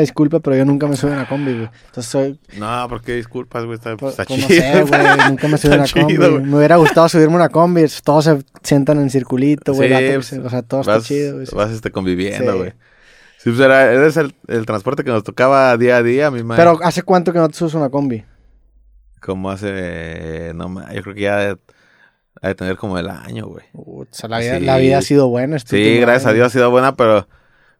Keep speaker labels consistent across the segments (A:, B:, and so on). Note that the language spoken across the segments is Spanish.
A: disculpa, pero yo nunca me subo a una combi, güey. Entonces soy.
B: No, porque disculpas, güey. Está,
A: pues,
B: está
A: pues,
B: chido.
A: no sé, güey. Nunca me subí a una
B: Está
A: combi.
B: chido,
A: güey.
B: güey.
A: me hubiera gustado subirme a una combi. Todos se sientan en circulito, güey.
B: Sí,
A: gato que
B: pues,
A: se- o sea, todo está
B: vas,
A: chido, güey.
B: Vas este, conviviendo,
A: Sí.
B: güey. Sí, pues era, era ese el, el transporte que nos tocaba día a día, mi madre.
A: Pero ¿hace cuánto que no te subes a una combi?
B: Como hace. eh, No, ma- yo creo que ya ha de- ha de tener como el año, güey.
A: O sea, la vida,
B: Sí.
A: la vida ha sido buena. este
B: Sí,
A: último
B: gracias a
A: año.
B: Dios ha sido buena, pero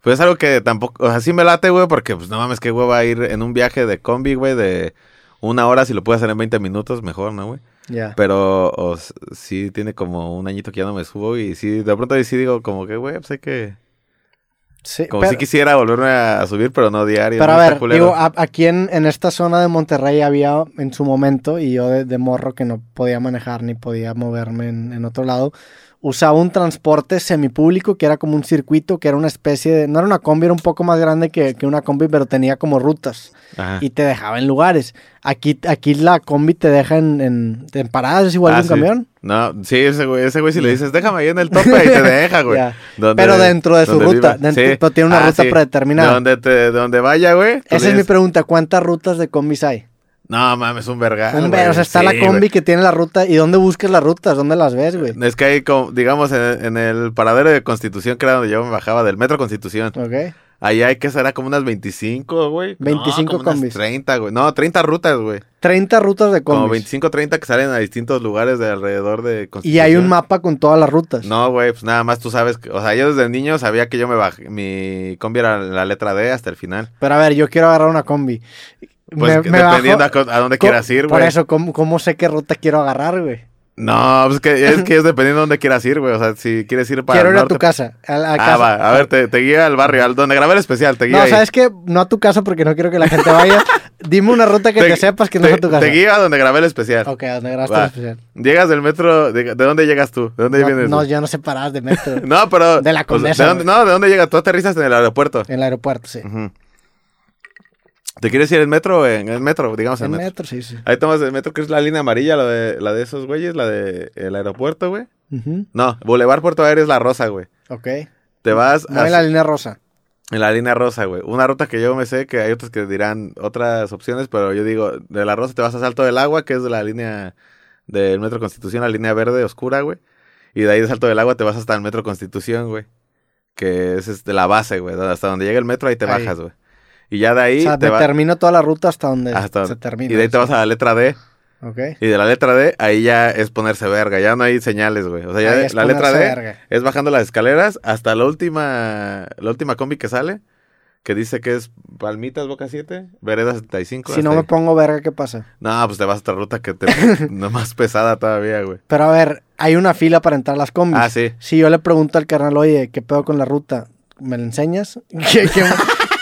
B: pues es algo que tampoco, o sea, sí me late, güey, porque pues no mames, qué güey va a ir en un viaje de combi, güey, de una hora, si lo puedes hacer en 20 minutos, mejor, ¿no, güey?
A: Ya.
B: Pero o s- sí tiene como un añito que ya no me subo y sí, de pronto ahí sí digo como que, güey, pues hay que,
A: Sí,
B: como
A: pero-
B: si quisiera volverme a subir, pero no diario.
A: Pero
B: ¿no?
A: a
B: Está
A: ver,
B: culero.
A: digo, ah, a- aquí en, en esta zona de Monterrey había en su momento, y yo de, de morro que no podía manejar ni podía moverme en, en otro lado, usaba un transporte semipúblico que era como un circuito, que era una especie de, no era una combi, era un poco más grande que, que una combi, pero tenía como rutas
B: Ajá.
A: y te dejaba en lugares. Aquí, aquí la combi te deja en, en, en paradas, es igual
B: Ah,
A: que un
B: sí.
A: camión.
B: No, sí, ese güey, ese güey si le dices, déjame ahí en el tope y te deja, Ah, güey.
A: Ya.
B: Donde-
A: Pero dentro de su
B: donde
A: ruta,
B: viva.
A: dentro-
B: Sí.
A: pero tiene una
B: Ah,
A: ruta
B: sí.
A: predeterminada.
B: Donde, te, donde vaya, güey. tú
A: Esa
B: le
A: es mi
B: dices,
A: pregunta, ¿cuántas rutas de combis hay?
B: No mames, un verga.
A: Un ver- o sea, está la combi que tiene la ruta. ¿Y dónde buscas las rutas? ¿Dónde las ves, güey?
B: Es que ahí, como- digamos, en, en el paradero de Constitución, que era donde yo me bajaba, del metro Constitución.
A: Ok.
B: Allá hay que será como unas 25, güey. No,
A: 25
B: como unas
A: combis.
B: 30, güey. No, 30 rutas, güey.
A: 30 rutas de
B: Como
A: combis.
B: 25, 30 que salen a distintos lugares de alrededor de Constitución.
A: Y hay un mapa con todas las rutas.
B: No, güey, pues nada más tú sabes. que- o sea, yo desde niño sabía que yo me bajé. Mi combi era la letra D hasta el final.
A: Pero a ver, yo quiero agarrar una combi.
B: Pues que- dependiendo a co- a, dónde
A: ¿Cómo-
B: quieras ir,
A: Por
B: güey.
A: eso, ¿cómo, cómo sé qué ruta quiero agarrar, güey?
B: No, pues que, es que es dependiendo de dónde quieras ir, güey. O sea, si quieres ir para
A: Quiero
B: el
A: ir a
B: norte,
A: tu casa. A, la- a
B: Ah,
A: casa.
B: va, a ver, te, te guía al barrio, al donde grabé el especial, te guía.
A: No,
B: ahí.
A: ¿sabes qué? No a tu casa porque no quiero que la gente vaya. Dime una ruta que te, sepas que no
B: te-
A: es a tu casa.
B: Te guía a donde grabé el especial.
A: Ok, ¿a dónde grabaste
B: Va.
A: el especial?
B: Llegas del metro, ¿de, de dónde llegas tú? ¿De dónde
A: No,
B: vienes?
A: no,
B: tú?
A: yo no sé paradas de metro.
B: No, pero.
A: de la
B: o sea,
A: Condesa,
B: ¿de dónde- no, ¿de dónde llegas? Tú aterrizas en el aeropuerto.
A: En el aeropuerto, sí.
B: Ujú. ¿Te quieres ir en metro? o En el metro, digamos en
A: En
B: metro.
A: metro, sí, sí.
B: Ahí tomas el metro, que es la línea amarilla, la de, la de esos güeyes, la del aeropuerto, güey.
A: Ujú.
B: No, Boulevard Puerto Aéreo es la rosa, güey.
A: Ok.
B: Te vas
A: No en la línea rosa.
B: En la línea rosa, güey. Una ruta que yo me sé, que hay otros que dirán otras opciones, pero yo digo, de la rosa te vas a Salto del Agua, que es de la línea del Metro Constitución, la línea verde oscura, güey. Y de ahí de Salto del Agua te vas hasta el Metro Constitución, güey. Que es este, la base, güey. donde- Hasta donde llega el metro, ahí te
A: Ahí.
B: bajas, güey. Y ya de ahí
A: O sea,
B: te
A: me
B: va-
A: termino toda la ruta hasta donde
B: hasta-
A: se termina.
B: Y de ahí te
A: eso.
B: vas a la letra D.
A: Ok.
B: Y de la letra D, ahí ya es ponerse verga. Ya no hay señales, güey. O sea, ya
A: Ahí
B: de-
A: es
B: la letra D
A: ponerse verga.
B: es bajando las escaleras hasta la última la última combi que sale, que dice que es Palmitas Boca 7, Vereda 75.
A: Si
B: hasta
A: no me
B: ahí.
A: pongo verga, ¿qué pasa?
B: No, pues te vas a otra ruta que te no más pesada todavía, güey.
A: Pero a ver, hay una fila para entrar a las combis.
B: Ah, sí.
A: Si yo le pregunto al carnal, oye, ¿qué pedo con la ruta? ¿Me la enseñas? ¿Qué, qué,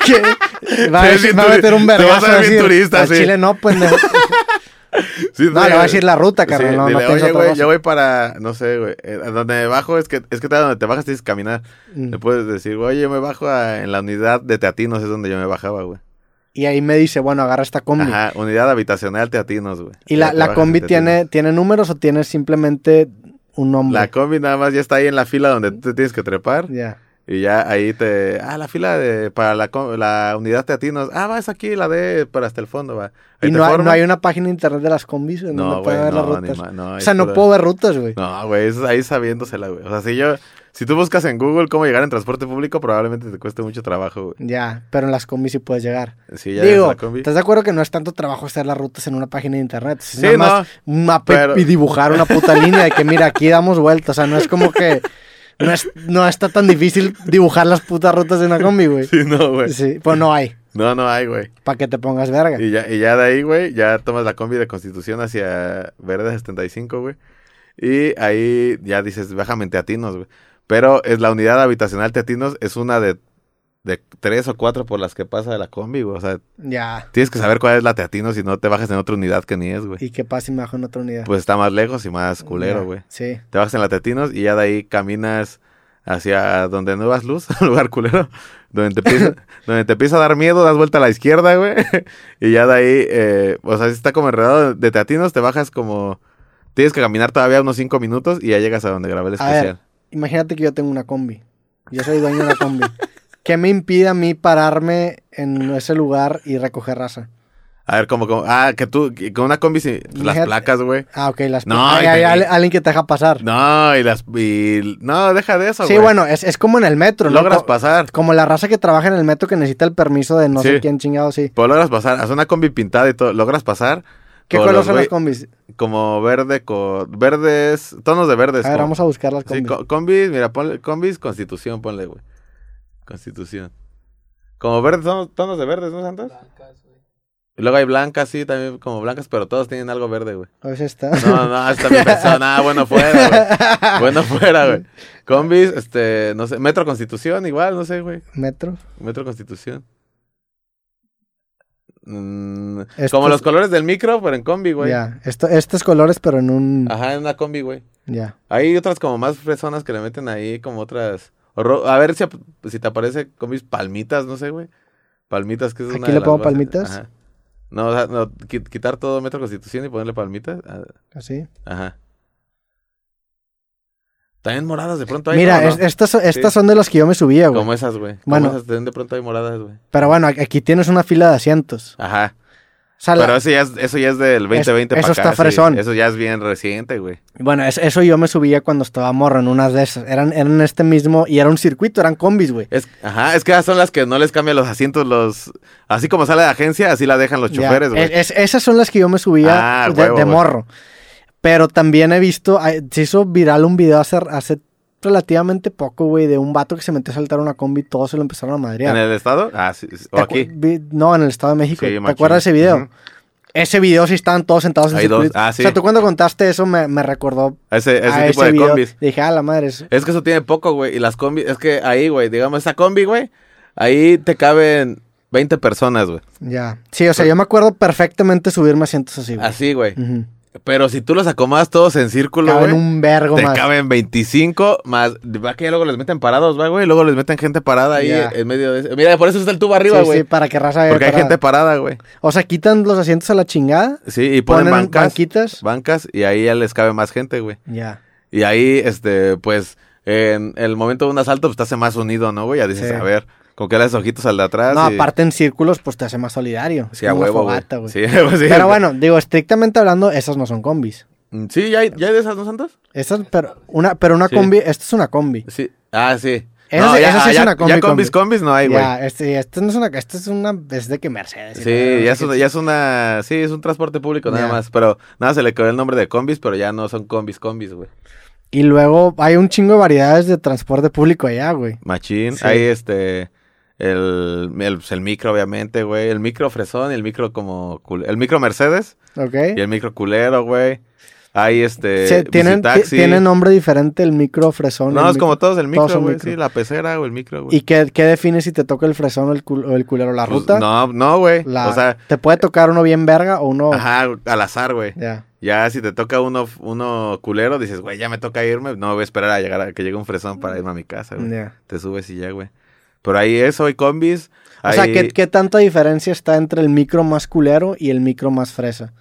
A: qué? Va, a
B: Te ves
A: decir-
B: bien
A: va a
B: turi-
A: meter un
B: te vas a
A: vergazo.
B: ver
A: decir,
B: bien turista,
A: "Al
B: sí".
A: Chile no, pues... No,
B: Sí,
A: no, le voy a decir la ruta,
B: Sí,
A: carnal. no,
B: dile,
A: no pienso
B: oye,
A: otra
B: güey,
A: cosa".
B: yo voy para, no sé, güey, eh, a donde me bajo es que, es que te- donde te bajas tienes que caminar.
A: Mm.
B: Le puedes decir, güey, yo me bajo a- en la unidad de Teatinos, es donde yo me bajaba, güey.
A: Y ahí me dice, bueno, agarra esta combi.
B: Ajá, unidad habitacional Teatinos, güey.
A: ¿Y
B: Ya
A: la,
B: te
A: la
B: bajas en
A: combi
B: Teatinos.
A: tiene, tiene números o tiene simplemente un nombre?
B: La combi nada más ya está ahí en la fila donde tú te tienes que trepar.
A: Ya.
B: Y ya ahí te. Ah, la fila de, para la, co- la unidad teatinos. Ah, vas aquí, la de. Pero hasta el fondo va. Ahí
A: ¿Y
B: te
A: no, hay- no
B: formas.
A: hay una página de internet de las combis en
B: No,
A: donde
B: güey,
A: pueda ver las
B: no,
A: rutas?
B: ni ma- no,
A: o
B: es
A: sea, no
B: pura-
A: puedo ver rutas, güey.
B: No, güey, eso es ahí sabiéndosela, güey. O sea, si yo. Si tú buscas en Google cómo llegar en transporte público, probablemente te cueste mucho trabajo, güey.
A: Ya, pero en las combis sí puedes llegar.
B: Si ya llegas a
A: Digo,
B: la combi.
A: ¿estás de acuerdo que no es tanto trabajo hacer las rutas en una página de internet? Es
B: Sí,
A: nada más un mapa y-
B: pero-
A: y dibujar una puta línea de que mira, aquí damos vueltas. O sea, no es como que no, es, no está tan difícil dibujar las putas rutas de una combi, güey.
B: Sí, no, güey.
A: Sí, pues no hay,
B: No, no hay, güey.
A: para que te pongas verga.
B: Y ya, y ya de ahí, güey, ya tomas la combi de Constitución hacia Vereda 75, güey. Y ahí ya dices, bájame en Teatinos, güey. Pero es la unidad habitacional Teatinos, es una de, de tres o cuatro por las que pasa de la combi, güey. O sea,
A: Ya.
B: tienes que saber cuál es la Teatinos si no te bajas en otra unidad que ni es, güey.
A: ¿Y qué pasa si me bajo en otra unidad?
B: Pues está más lejos y más
A: Ya,
B: culero, güey.
A: Sí.
B: Te bajas en la Teatinos y ya de ahí caminas hacia donde no vas luz, un lugar culero, donde te, empieza, donde te empieza a dar miedo, das vuelta a la izquierda, güey. Y ya de ahí, eh, o sea, si está como enredado de Teatinos, te bajas como... Tienes que caminar todavía unos cinco minutos y ya llegas a donde grabé el
A: A ver.
B: especial.
A: Imagínate que yo tengo una combi. Yo soy dueño de una combi. ¿Qué me impide a mí pararme en ese lugar y recoger raza?
B: A ver, como, como, ah, que tú, que con una combi, sin- las
A: Fíjate.
B: placas, güey.
A: Ah, ok, las
B: No,
A: Ay,
B: y-
A: hay al- alguien que te deja pasar.
B: No, y las, y- no, deja de eso,
A: sí,
B: güey.
A: bueno, es, es como en el metro, ¿no?
B: Logras
A: Co-
B: pasar.
A: Como la raza que trabaja en el metro que necesita el permiso de no
B: Sí.
A: sé quién chingado, sí.
B: Pues logras pasar, haz una combi pintada y todo, logras pasar.
A: ¿Qué
B: Con
A: color
B: los
A: son
B: güey-
A: las combis?
B: Como verde, con verdes, tonos de verdes.
A: A ver,
B: como-
A: vamos a buscar las
B: Sí,
A: combis.
B: co- combis, mira, ponle, combis, constitución, ponle, güey. Constitución. Como verdes, son tonos de verdes, ¿no, Santos? Y luego hay blancas, sí, también como blancas, pero todos tienen algo verde, güey.
A: A ver si está.
B: No, no, hasta mi persona, ah, bueno fuera, güey. Bueno fuera, güey. Combis, este, no sé, Metro Constitución, igual, no sé, güey.
A: Metro.
B: Metro Constitución. Mm,
A: Estos-
B: Como los colores del micro, pero en combi,
A: Ya,
B: güey. Ah.
A: esto, estos colores, pero en un...
B: Ajá, en una combi, güey.
A: Ya.
B: Hay otras como más personas que le meten ahí, como otras. o ro- A ver si, ap- si te aparece con mis palmitas, no sé, güey. Palmitas, que es una
A: ¿Aquí
B: de
A: le
B: las
A: pongo
B: bases.
A: palmitas?
B: Ajá. No, o sea, no, qui- quitar todo Metro Constitución y ponerle palmitas. Ah,
A: Así.
B: Ajá. También moradas de pronto hay.
A: Mira,
B: ¿no?
A: es-
B: ¿No?
A: estas, son- estas
B: Sí.
A: son de las que yo me subía, güey.
B: Como esas, güey. Como
A: Bueno.
B: esas también de pronto hay moradas, güey.
A: Pero bueno, a- aquí tienes una fila de asientos.
B: Ajá.
A: O sea, la-
B: Pero eso ya es, eso ya es del 2020
A: eso
B: para
A: está
B: acá, sí.
A: fresón.
B: Eso ya es bien reciente, güey.
A: bueno, es- eso yo me subía cuando estaba morro en unas de esas. Eran, eran este mismo, y era un circuito, eran combis, güey.
B: Es, ajá, es que esas son las que no les cambian los asientos, los... Así como sale de agencia, así la dejan los
A: Ya,
B: choferes, güey.
A: es- es- esas son las que yo me subía
B: Ah,
A: de,
B: huevo,
A: de
B: güey.
A: morro. Pero también he visto, ay, se hizo viral un video hace, hace relativamente poco, güey, de un vato que se metió a saltar una combi y todos se lo empezaron a madrear.
B: ¿En el estado? Ah, sí, sí, O
A: ¿Te
B: aquí.
A: acu- vi- No, en el Estado de México.
B: Sí,
A: ¿Te
B: machín.
A: acuerdas de ese video?
B: Ujú.
A: Ese video sí estaban todos sentados en
B: Hay dos.
A: circuito.
B: Ah,
A: O
B: sí.
A: sea, tú cuando contaste eso me, me recordó
B: Ese, ese
A: a
B: tipo
A: ese
B: de
A: video.
B: combis.
A: Dije, ah, la madre. es-
B: Es que eso tiene poco, güey. Y las combis... Es que ahí, güey, digamos, esa combi, güey, ahí te caben 20 personas, güey.
A: Ya. Sí, o sea, yo me acuerdo perfectamente subirme a asientos así, güey.
B: Así, güey.
A: Ujú.
B: Pero si tú los acomodas todos en círculo,
A: Caben
B: güey...
A: un vergo
B: Te
A: más.
B: caben 25 más. Va que ya luego les meten parados, va, güey. Luego les meten gente parada ahí
A: Ya.
B: en medio de. Mira, por eso está el tubo arriba,
A: Sí,
B: güey.
A: sí, para que raza vea
B: Porque hay
A: parada.
B: gente parada, güey.
A: O sea, quitan los asientos a la chingada,
B: Sí, y ponen,
A: ponen
B: bancas.
A: banquitas.
B: Bancas y ahí ya les cabe más gente, güey.
A: Ya.
B: Y ahí, este, pues, en el momento de un asalto, pues te hace más unido, ¿no, güey? Ya dices,
A: Sí.
B: a ver, con qué las ojitos al de atrás.
A: No,
B: y-
A: aparte en círculos, pues te hace más solidario. Es
B: Ah, Sí, a
A: como una
B: huevo, güey.
A: fogata, güey.
B: Sí, pues, sí.
A: Pero bueno, digo, estrictamente hablando, esas no son combis.
B: Mm, Sí, ¿ya hay, ya hay de esas, ¿no, Santos?
A: Esas, pero una, pero una
B: Sí.
A: combi, esta es una combi.
B: Sí. Ah, sí.
A: Esa sí- esa sí
B: ah,
A: es una combi,
B: Ya combis, combis no hay, güey.
A: ya, este, este no es una, este es una, es de que Mercedes. y
B: Sí,
A: la verdad,
B: ya
A: no
B: es,
A: sé
B: una,
A: qué
B: ya es una- sí, es un transporte público nada
A: Ya.
B: más, pero nada, se le quedó el nombre de combis, pero ya no son combis, combis, güey.
A: ch- Y luego hay un chingo de variedades de transporte público allá, güey.
B: Machín,
A: Sí.
B: hay este, el, el, pues, el micro obviamente, güey, el micro fresón y el micro como, cul- el micro Mercedes
A: ¿Ok?
B: y el micro culero, güey. Hay este,
A: ¿Eh? Se- tienen, ti-
B: visitaxi.
A: tienen nombre diferente el micro fresón.
B: No,
A: el
B: es
A: micro-
B: como todos el micro,
A: todos son
B: güey,
A: micro.
B: sí, la pecera o el micro, güey.
A: ¿Y qué, qué define si te toca el fresón o el, cul- o el culero? ¿La
B: Pues,
A: ruta?
B: No, no, güey,
A: La-
B: o sea,
A: ¿Te puede tocar uno bien verga o uno...?
B: ajá, al azar, güey.
A: Ya.
B: Ya si te toca uno, uno culero, dices, güey, ya me toca irme. No voy a esperar a llegar a que llegue un fresón para irme a mi casa, güey.
A: ya.
B: Te subes y ya, güey. Pero ahí eso, hay combis.
A: O sea,
B: hay-
A: ¿qué, ¿qué tanta diferencia está entre el micro más culero y el micro más fresa?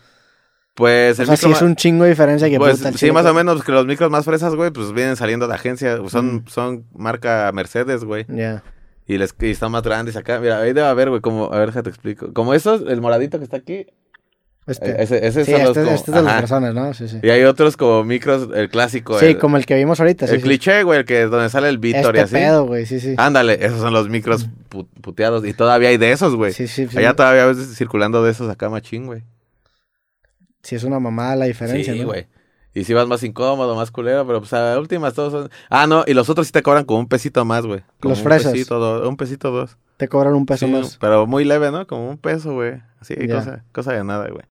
B: Pues el
A: o sea,
B: micro
A: si es
B: ma-
A: un chingo de diferencia que
B: pues,
A: puta, el
B: sí,
A: chile
B: más
A: que-
B: o menos, porque los micros más fresas, güey, pues vienen saliendo de agencia. Son,
A: Mm.
B: son marca Mercedes, güey.
A: Ya.
B: Y, les, y están más grandes acá. Mira, ahí debe haber, güey, como... A ver, déjate explico. Como esos, el moradito que está aquí. eh,
A: Este.
B: Ese, ese
A: Sí,
B: son los
A: este,
B: como-
A: este es de las
B: ajá.
A: personas, ¿no? Sí, sí.
B: Y hay otros como micros, el clásico.
A: Sí,
B: el,
A: como el que vimos ahorita.
B: el
A: sí, sí.
B: cliché, güey, el que donde sale el Víctor y
A: Este
B: así.
A: pedo, güey, sí, sí.
B: Ándale, esos son los micros pu- puteados. Y todavía hay de esos, güey.
A: sí, sí, sí.
B: Allá todavía a veces circulando de esos acá machín, güey.
A: Sí, es una mamada la diferencia,
B: Sí,
A: ¿no?
B: güey. Y si vas más incómodo, más culero, pero pues a las últimas todos son... Ah, no, y los otros sí te cobran como un pesito más, güey. Como
A: Los
B: un
A: fresas.
B: Pesito, dos, un pesito dos.
A: Te cobran un peso
B: Sí,
A: más.
B: Pero muy leve, ¿no? Como un peso, güey. Así,
A: Ya.
B: cosa, cosa de nada, güey.